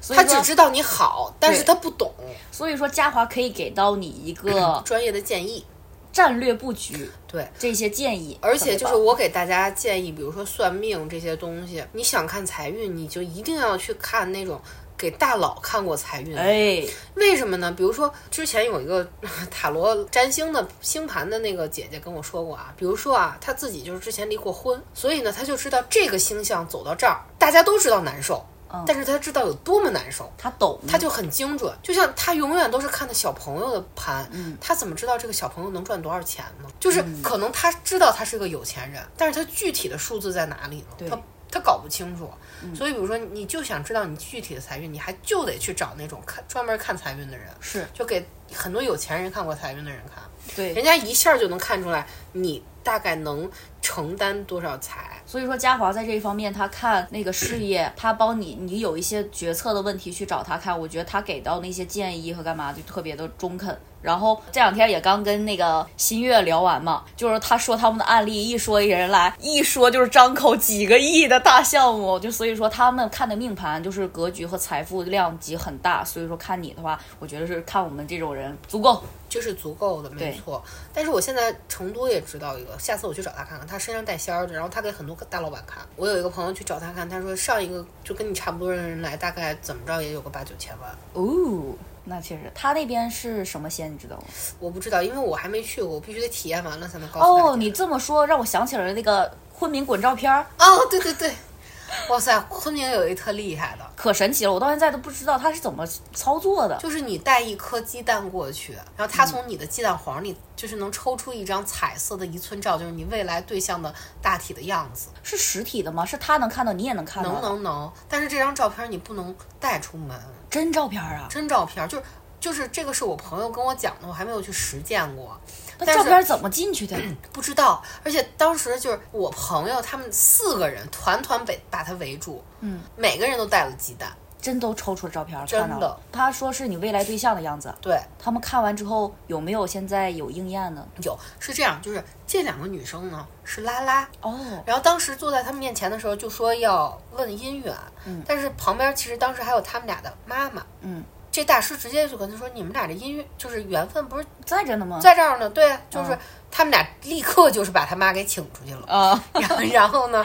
E: 所以
F: 他
E: 说
F: 只知道你好，但是
E: 对
F: 他不懂
E: 所以说嘉华可以给到你一个
F: 专业的建议。
E: 战略布局
F: 对。
E: 这些建议。
F: 而且就
E: 小黑
F: 是
E: 宝
F: 我给大家建议，比如说算命这些东西，你想看财运，你就一定要去看那种给大佬看过财运的
E: 哎，
F: 为什么呢？比如说，之前有一个 塔罗占星的星盘的那个姐姐跟我说过啊，比如说啊，她自己就是之前离过婚，所以呢，她就知道这个星象走到这儿，大家都知道难受，
E: 嗯
F: 但是她知道有多么难受。
E: 他懂，
F: 她就很精准，就像她永远都是看的小朋友的盘，
E: 嗯
F: 她怎么知道这个小朋友能赚多少钱呢？就是可能她知道她是个有钱人，但是她具体的数字在哪里
E: 对嗯
F: 呢？她她搞不清楚。所以，比如说，你就想知道你具体的财运，你还就得去找那种看专门看财运的人。
E: 是
F: 就给很多有钱人看过财运的人看，
E: 对，
F: 人家一下就能看出来你大概能承担多少财。
E: 所以说嘉华在这一方面，他看那个事业，他帮你，你有一些决策的问题去找他看，我觉得他给到那些建议和干嘛就特别的中肯。然后这两天也刚跟那个新月聊完嘛，就是他说他们的案例，一说一人来，一说就是张口几个亿的大项目，就所以说他们看的命盘就是格局和财富量级很大，所以说看你的话，我觉得是看我们这种人足够。
F: 这是足够的，没
E: 对
F: 错。但是我现在成都也知道一个，下次我去找他看看，他身上带仙儿的，然后他给很多个大老板看。我有一个朋友去找他看，他说上一个就跟你差不多的人来，大概怎么着也有个八九千万。
E: 哦，那确实，他那边是什么仙，你知道吗？
F: 我不知道，因为我还没去过，我必须得体验完了才能告诉大家。
E: 哦，你这么说让我想起了那个昆明滚照片儿，
F: 哦，对对对，哇塞，昆明有一特厉害的，
E: 可神奇了，我到现在都不知道他是怎么操作的。
F: 就是你带一颗鸡蛋过去，然后
E: 嗯
F: 它从你的鸡蛋黄里就是能抽出一张彩色的一寸照，就是你未来对象的大体的样子。
E: 是实体的吗？是他能看到，你也能看到
F: 能
E: 的？
F: 能能，但是这张照片你不能带出门，
E: 真照片儿 啊？
F: 真照片就是就是这个是我朋友跟我讲的，我还没有去实践过。
E: 那
F: 但
E: 照
F: 是
E: 片怎么进 去的？
F: 不知道，而且当时就是我朋友他们四个人团团围把他围住，
E: 嗯，
F: 每个人都带了鸡蛋，
E: 真都抽出照片儿
F: 真的
E: 看到了。他说是你未来对象的样子，
F: 对，
E: 他们看完之后有没有现在有应验呢？
F: 有是这样，就是这两个女生呢是拉拉，
E: 哦，
F: 然后当时坐在他们面前的时候，就说要问姻缘，
E: 嗯
F: 但是旁边其实当时还有他们俩的妈妈，
E: 嗯，
F: 这大师直接就跟他说：“你们俩这姻缘就是缘分，不是
E: 在这呢吗？
F: 在这儿呢？”对，啊就是
E: 嗯
F: 他们俩立刻就是把他妈给请出去 了，
E: 啊，
F: 然后然后呢，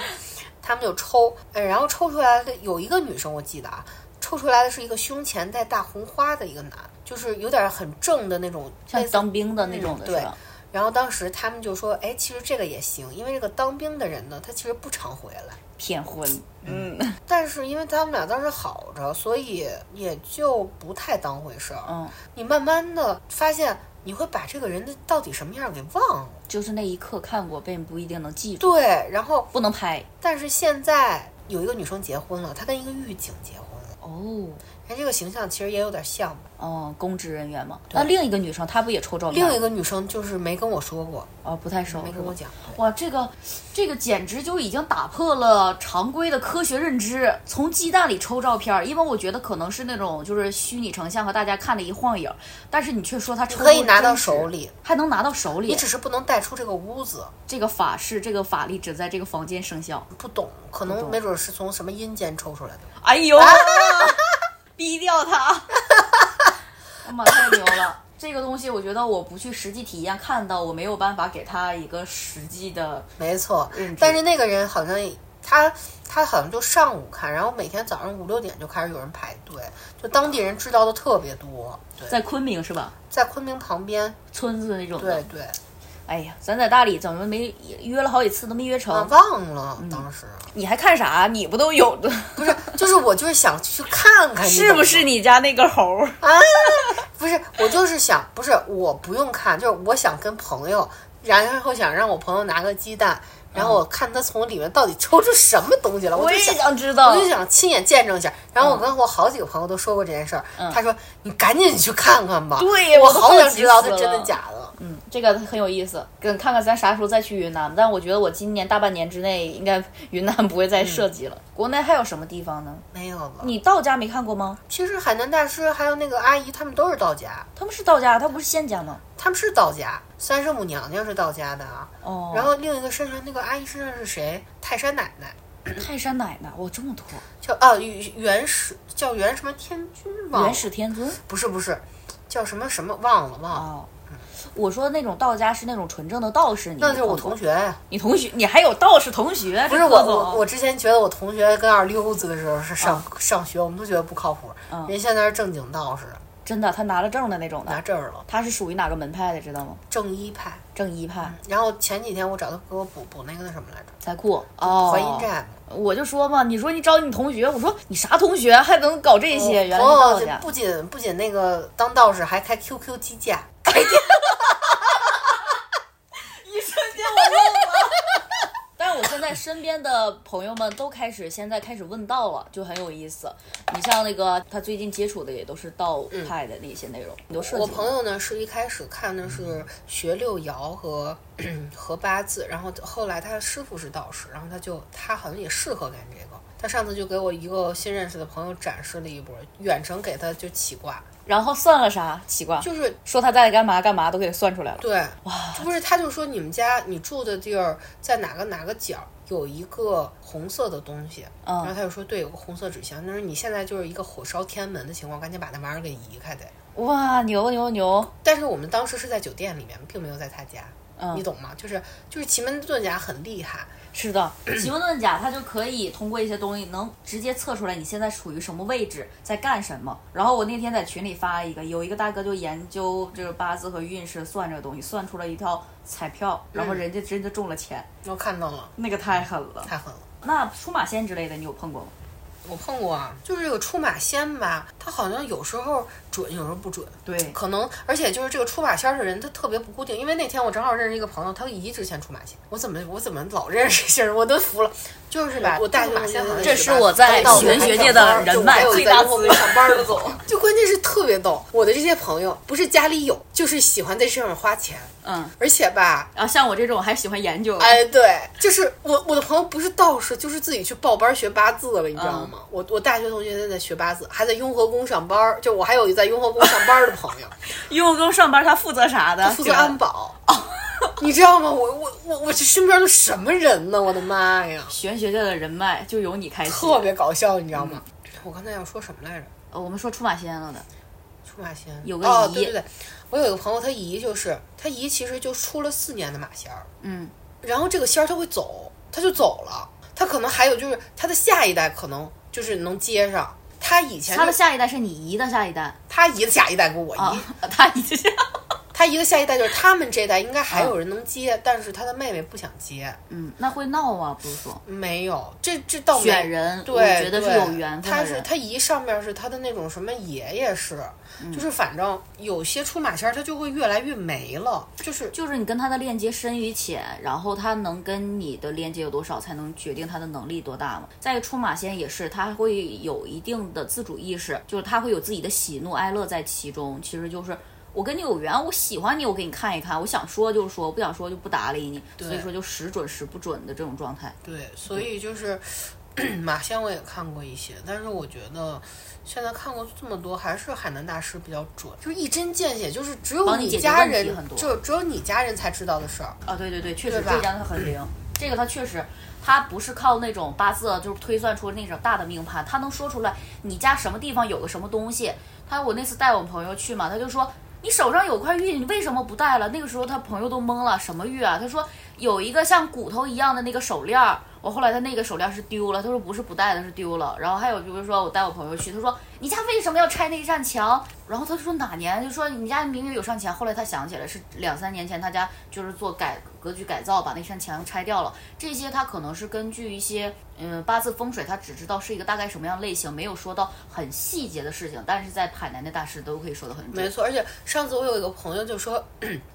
F: 他们就抽，呃然后抽出来的有一个女生，我记得啊，抽出来的是一个胸前戴大红花的一个男，就是有点很正的那种，
E: 像
F: 类似
E: 当兵的那种的
F: 嗯
E: 是
F: 对
E: 吧？
F: 然后当时他们就说：“哎，其实这个也行，因为这个当兵的人呢，他其实不常回来。”
E: 骗婚，嗯
F: 但是因为他们俩当时好着，所以也就不太当回事儿。
E: 嗯，
F: 你慢慢的发现，你会把这个人的到底什么样给忘了。
E: 就是那一刻看过，并不一定能记住，
F: 对，然后
E: 不能拍。
F: 但是现在有一个女生结婚了，她跟一个狱警结婚了，
E: 哦，
F: 哎，这个形象其实也有点像吧。
E: 哦，公职人员嘛。那另一个女生她不也抽照片？
F: 另一个女生就是没跟我说过，
E: 哦，不太熟，
F: 没跟我
E: 是吧。
F: 讲。
E: 哇，这个这个简直就已经打破了常规的科学认知。从鸡蛋里抽照片儿，因为我觉得可能是那种就是虚拟成像和大家看的一晃影儿，但是你却说他抽
F: 可以拿到
E: 真实
F: 手，里，
E: 还能拿到手
F: 你
E: 里啊
F: 只。是不能带出这个屋子，
E: 这个法式，这个法力只在这个房间生效。
F: 不懂，
E: 不
F: 可能
E: 懂
F: 没准是从什么阴间抽出来的。
E: 哎 呦，逼掉他！哎 妈，太牛了！这个东西我觉得我不去实际体验看到，我没有办法给他一个实际的
F: 没错
E: 认知，
F: 但是那个人好像他他好像就上午看，然后每天早上五六点就开始有人排队，就当地人知道的特别多。对，
E: 在昆明是吧？
F: 在昆明旁边，
E: 村子那种的
F: 对。对，
E: 哎呀，咱在大理怎么没约了好几次都没约成？
F: 啊忘了
E: 嗯
F: 当时
E: 你还看啥？你不都有 的？
F: 不是，就是我就是想去看看，
E: 是不是
F: 你
E: 你家那个猴儿？
F: 懂吗啊？不是，我就是想，不是我不用看，就是我想跟朋友，然后想让我朋友拿个鸡蛋，然后我看他从里面到底抽出什么东西来，我
E: 嗯我
F: 就
E: 也
F: 想
E: 想知道
F: 我。就想亲眼见证一下。然后我跟我好几个朋友都说过这件事儿，
E: 嗯
F: 他说你赶紧去看看吧。
E: 对
F: 我
E: 都
F: 好
E: 好
F: 想
E: 奇
F: 知道它
E: 死
F: 真的
E: 了
F: 假的。
E: 嗯，这个很有意思，跟看看咱啥时候再去云南。但我觉得我今年大半年之内，应该云南不会再涉及了。国内还有什么地方呢？
F: 没有了。
E: 你道家没看过吗？
F: 其实海南大师还有那个阿姨，他们都是道家，
E: 他们是道家，他不是仙家吗？
F: 他们是道家，三圣母娘娘是道家的啊。
E: 哦，
F: 然后另一个身上那个阿姨身上是谁？泰山奶奶，
E: 泰山奶奶，哇，这么多，
F: 叫啊元元始叫元什么天君忘了
E: 元始天尊
F: 不是不是，叫什么什么忘了忘了。
E: 哦。我说的那种道家是那种纯正的哎道士，你
F: 那是我
E: 同
F: 同学，
E: 你同学，你还有道士同学？
F: 不是
E: 这
F: 我
E: 贺总
F: 我我之前觉得我同学跟那儿溜子的时候是上、上学，我们都觉得不靠谱，
E: 哦嗯
F: 人现在是正经道士，
E: 真的，他拿了证的那种
F: 拿
E: 的，
F: 证儿了，
E: 他是属于哪个门派的，知道吗？
F: 正一派。
E: 正一派，
F: 然后前几天我找他给我补补那个那什么来着，
E: 才酷哦。
F: 淮阴寨嘛。
E: 我就说嘛，你说你找你同学，我说你啥同学还能搞这些？原来是
F: 哦
E: 道
F: 这
E: 家。
F: 不仅不仅那个当道士，还开 QQ 机架，
E: 但是我现在身边的朋友们都开始现在开始问道了，就很有意思。你像那个他最近接触的也都是道派的那些内容，很多设计。
F: 我朋友呢是一开始看的是学六爻和 和八字，然后后来他师傅是道士，然后他就他好像也适合干这个。他上次就给我一个新认识的朋友展示了一波，远程给他就起卦，
E: 然后算了啥？奇怪，
F: 就是
E: 说他在干嘛干嘛都给算出来了。
F: 对，这不是他就说你们家你住的地儿在哪个哪个角有一个红色的东西，
E: 嗯
F: 然后他就说对，有个红色指向，他说你现在就是一个火烧天安门的情况，赶紧把那玩意儿给移开得。
E: 哇，牛牛牛！
F: 但是我们当时是在酒店里面，并没有在他家。
E: 嗯
F: 你，懂吗？就是就是奇门遁甲很厉害，
E: 是 的，奇门遁甲它就可以通过一些东西，能直接测出来你现在处于什么位置，在干什么。然后我那天在群里发了一个，有一个大哥就研究这个八字和运势算这个东西，算出了一套彩票，然后人家真的中了钱，
F: 我看到了，
E: 那个太狠了。
F: 太狠了。
E: 那出马仙之类的，你有碰过吗？
F: 我碰过啊，就是这个出马仙吧，他好像有时候准，有时候不准，
E: 对，
F: 可能而且就是这个出马仙儿的人，他特别不固定。因为那天我正好认识一个朋友，他一之前出马仙，我怎么我怎么老认识这些人， 我都服了。就是吧，我大学马仙好像
E: 这
F: 也
E: 是
F: 吧
E: 我在
F: 当
E: 玄学界
F: 当
E: 的
F: 时
E: 人
F: 还
E: 脉
F: 有一
E: 最
F: 个
E: 大
F: 我
E: 资
F: 们
E: 源。
F: 上班的总， 就关键是特别逗。我的这些朋友不是家里有，就是喜欢在这上面花钱，
E: 嗯，
F: 而且吧，
E: 然后像我这种还喜欢研究，
F: 哎，对，就是我我的朋友不是道士，就是自己去报班学八字了，你知道
E: 嗯
F: 吗？我我大学同学现在在学八字，还在雍和宫上班儿，就我还有在雍和宫上班儿的朋 友，
E: 因为我跟我上班，他负责啥的？
F: 负责安保。你知道吗？我我我我这身边都什么人呢？我的妈呀，
E: 玄学界的人脉就由你开启。
F: 特别搞笑，你知道吗？
E: 嗯
F: 我刚才要说什么来着？
E: 呃我们说出马仙了的，
F: 出马仙
E: 有个
F: 哦，
E: 姨
F: 对对对，我有一个朋友，他姨就是他姨，其实就出了四年的马仙儿，
E: 嗯，
F: 然后这个仙儿他会走，他就走了，他可能还有就是他的下一代可能就是能接上，他以前就
E: 他的下一代是你姨的下一代
F: 他姨的下一代跟我姨，
E: 啊， 他姨的下。
F: 他姨的下一代就是他们这一代应该还有人能接，但是他的妹妹不想接，
E: 嗯，那会闹吗？不是说
F: 没有，这这倒没
E: 选人，
F: 对，
E: 我觉得是
F: 对
E: 有缘分
F: 他
E: 的
F: 是
E: 人。
F: 他姨上面是他的那种什么爷爷是，就是反正有些出马仙儿他就会越来越没了，就是
E: 就是你跟他的链接深与浅，然后他能跟你的链接有多少，才能决定他的能力多大嘛。再一个出马仙也是，他会有一定的自主意识，就是他会有自己的喜怒哀乐在其中。其实就是我跟你有缘，我喜欢你，我给你看一看，我想说就说，不想说就不搭理你。
F: 对
E: 所以说就时准时不准的这种状态。
F: 对，所
E: 嗯
F: 以就是马仙我也看过一些，但是我觉得现在看过这么多，还是海南大师比较准，就是一针见血，就是只有
E: 帮你
F: 你
E: 解决
F: 家
E: 问题
F: 人
E: 很，多
F: 就只有你家人才知道的事儿。
E: 啊，对对对，确实
F: 对吧
E: 这张它很灵，这个它确实。它不是靠那种八字啊就是推算出那种大的命盘，它能说出来你家什么地方有个什么东西。他我那次带我朋友去嘛，他就说你手上有块玉，你为什么不戴了？那个时候他朋友都懵了，什么玉啊？他说有一个像骨头一样的那个手链儿，我后来他那个手链是丢了，他说不是不戴的，是丢了。然后还有比如说我带我朋友去，他说你家为什么要拆那一扇墙？然后他说哪年？就说你家明明有扇墙，后来他想起来是两三年前他家就是做改格局改造，把那扇墙拆掉了。这些他可能是根据一些嗯八字风水，他只知道是一个大概什么样类型，没有说到很细节的事情，但是在海南的大师都可以说得很
F: 没
E: 准。
F: 错，而且上次我有一个朋友就说，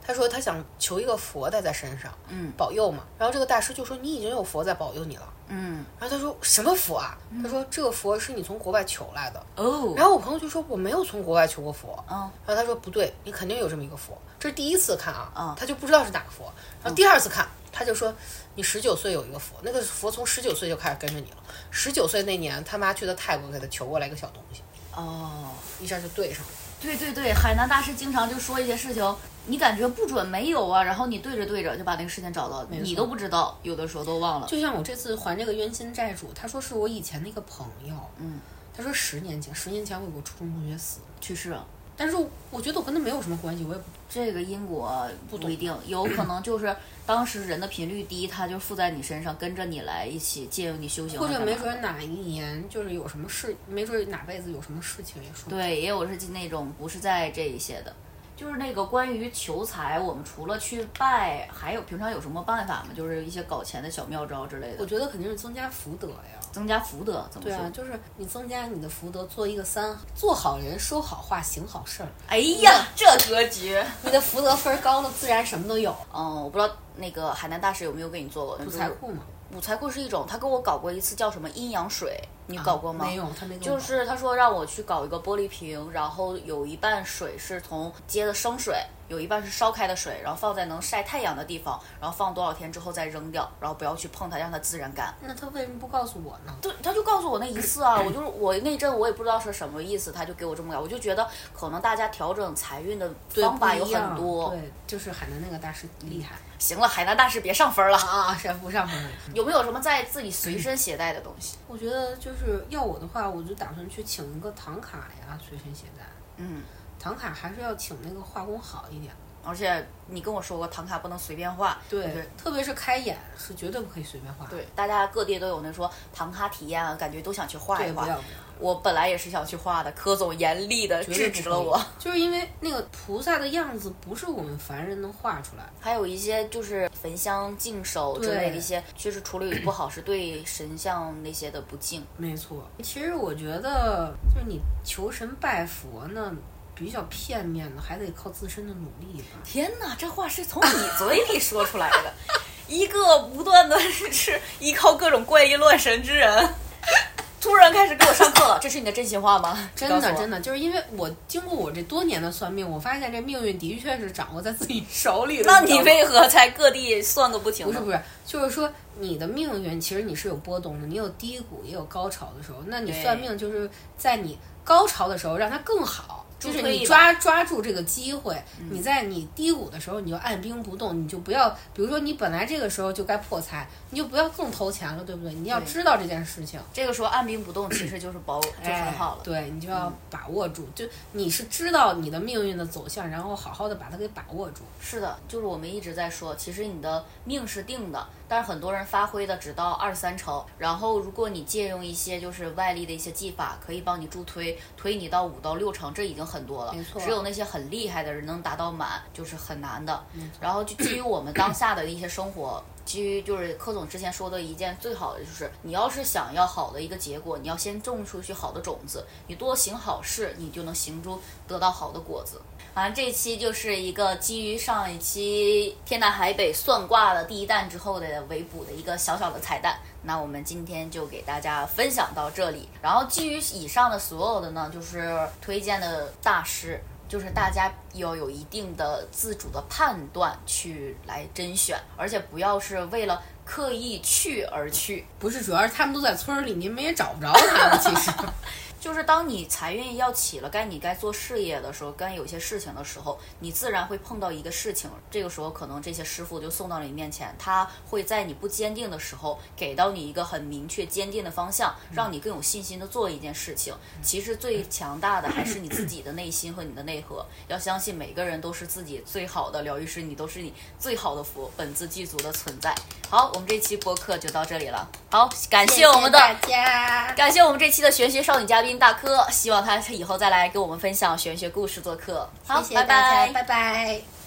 F: 他说他想求一个佛带在身上，
E: 嗯
F: 保佑嘛。然后这个大师就说你已经有佛在保佑你了。
E: 嗯
F: 然后他说什么佛啊？他说这个佛是你从国外求来的。
E: 哦
F: 然后我朋友就说我没有从国外求过佛。
E: 嗯
F: 然后他说不对，你肯定有这么一个佛，这是第一次看啊，
E: 嗯
F: 他就不知道是哪个佛。然后第二次看，他就说你十九岁有一个佛，那个佛从十九岁就开始跟着你了。十九岁那年，他妈去的泰国给他求过来一个小东西，
E: 哦。
F: 一下就对上了。
E: 对对对，海南大师经常就说一些事情，你感觉不准没有啊，然后你对着对着就把那个事情找到，你都不知道，有的时候都忘了。
F: 就像我这次还这个冤亲债主，他说是我以前的一个朋友，
E: 嗯，
F: 他说十年前，十年前我有个初中同学死了，
E: 去世，
F: 但是我觉得我跟他没有什么关系，我也不
E: 这个因果
F: 不
E: 不一定，有可能就是当时人的频率低，它就附在你身上，跟着你来一起借用你修行啊，
F: 或者没
E: 干嘛
F: 准
E: 的
F: 哪一年就是有什么事，没准哪辈子有什么事情也说不定。
E: 对，也有是那种不是在这一些的，就是那个关于求财，我们除了去拜，还有平常有什么办法吗？就是一些搞钱的小妙招之类
F: 我
E: 的，
F: 觉得肯定是增加福德呀。
E: 增加福德怎么
F: 对
E: 说？
F: 啊，就是你增加你的福德，做一个三，做好人，说好话，行好事儿。
E: 哎呀，这格局！
F: 你的福德分儿高了，自然什么都有。
E: 嗯，我不知道那个海南大师有没有给你做过嗯
F: 补
E: 就是
F: 财库嘛，
E: 补财库是一种，他跟我搞过一次叫什么阴阳水，你搞过吗？
F: 啊没有，他没给我
E: 就
F: 搞
E: 是他说让我去搞一个玻璃瓶，然后有一半水是从接的生水，有一半是烧开的水，然后放在能晒太阳的地方，然后放多少天之后再扔掉，然后不要去碰它，让它自然干。
F: 那他为什么不告诉我呢？
E: 对，他就告诉我那一次啊， 我就是我那阵我也不知道是什么意思，他就给我这么搞，我就觉得可能大家调整财运的
F: 对
E: 方法
F: 不
E: 有
F: 一样
E: 很多。
F: 对，就是海南那个大师厉害
E: 行了，海南大师别上分了。
F: 啊，是不上分了。
E: 有没有什么在自己随身携带的东西？
F: 我觉得就是要我的话，我就打算去请一个唐卡呀，随身携带。
E: 嗯，
F: 唐卡还是要请那个画工好一点。
E: 而且你跟我说过，唐卡不能随便画。对
F: 对，特别是开眼是绝对不可以随便画。
E: 对，大家各地都有那说唐卡体验啊，感觉都想去画一
F: 对，不
E: 画。
F: 要不要。
E: 我本来也是想去画的，柯总严厉的
F: 绝对
E: 制止
F: 不可
E: 了
F: 以
E: 我。，
F: 就是因为那个菩萨的样子不是我们凡人能画出来的。
E: 还有一些就是焚香敬手之类的
F: 对
E: 一些，确实处理不好是对神像那些的不敬。
F: 没错，其实我觉得就是你求神拜佛呢，比较片面的，还得靠自身的努力吧。
E: 天哪，这话是从你嘴里说出来的， 一个不断的是依靠各种怪力乱神之人， 突然开始给我上课了， 这是你的真心话吗？
F: 真的真的，就是因为我经过我这多年的算命，我发现这命运的确是掌握在自己手里的。
E: 那
F: 知
E: 你
F: 道吗
E: 为何在各地算个不停
F: 不是
E: 呢？
F: 不是，就是说你的命运其实你是有波动的，你有低谷也有高潮的时候。那你
E: 对
F: 算命就是在你高潮的时候让它更好，就
E: 助
F: 是
E: 推
F: 你
E: 一
F: 抓抓住这个机会，你在你低谷的时候你就按兵不动，你就不要，比如说你本来这个时候就该破财，你就不要更投钱了，对不对？你要
E: 对
F: 知道这件事情。哎
E: 这个时候按兵不动，其实就是保就很好了。
F: 对你就要把握住，就你是知道你的命运的走向，然后好好的把它给把握住。
E: 是的，就是我们一直在说，其实你的命是定的，但是很多人发挥的只到二三成。然后，如果你借用一些就是外力的一些技法，可以帮你助推，推你到五到六成，这已经很多了。
F: 没错
E: 只有那些很厉害的人能达到满，就是很难的。然后就基于我们当下的一些生活，基于就是柯总之前说的一件最好的就是，你要是想要好的一个结果，你要先种出去好的种子，你多行好事，你就能行出得到好的果子。反正这一期就是一个基于上一期天南海北算卦的第一弹之后的围补的一个小小的彩蛋。那我们今天就给大家分享到这里，然后基于以上的所有的呢，就是推荐的大师，就是大家要有一定的自主的判断去来甄选，而且不要是为了刻意去而去。
F: 不是，主要是他们都在村儿里，你们也找不着他们。其实，
E: 就是当你财运要起了，该你该做事业的时候，该有些事情的时候，你自然会碰到一个事情。这个时候，可能这些师傅就送到你面前，他会在你不坚定的时候，给到你一个很明确、坚定的方向，让你更有信心的做一件事情。其实最强大的还是你自己的内心和你的内核。要相信每个人都是自己最好的疗愈师，你都是你最好的佛，本自具足的存在。好，我们这期播客就到这里了。好，感谢我们的
F: 大家。
E: 感谢我们这期的玄学少女嘉宾大柯，希望她以后再来给我们分享玄学故事做客。好，
F: 好，拜拜，
E: 拜
F: 拜拜。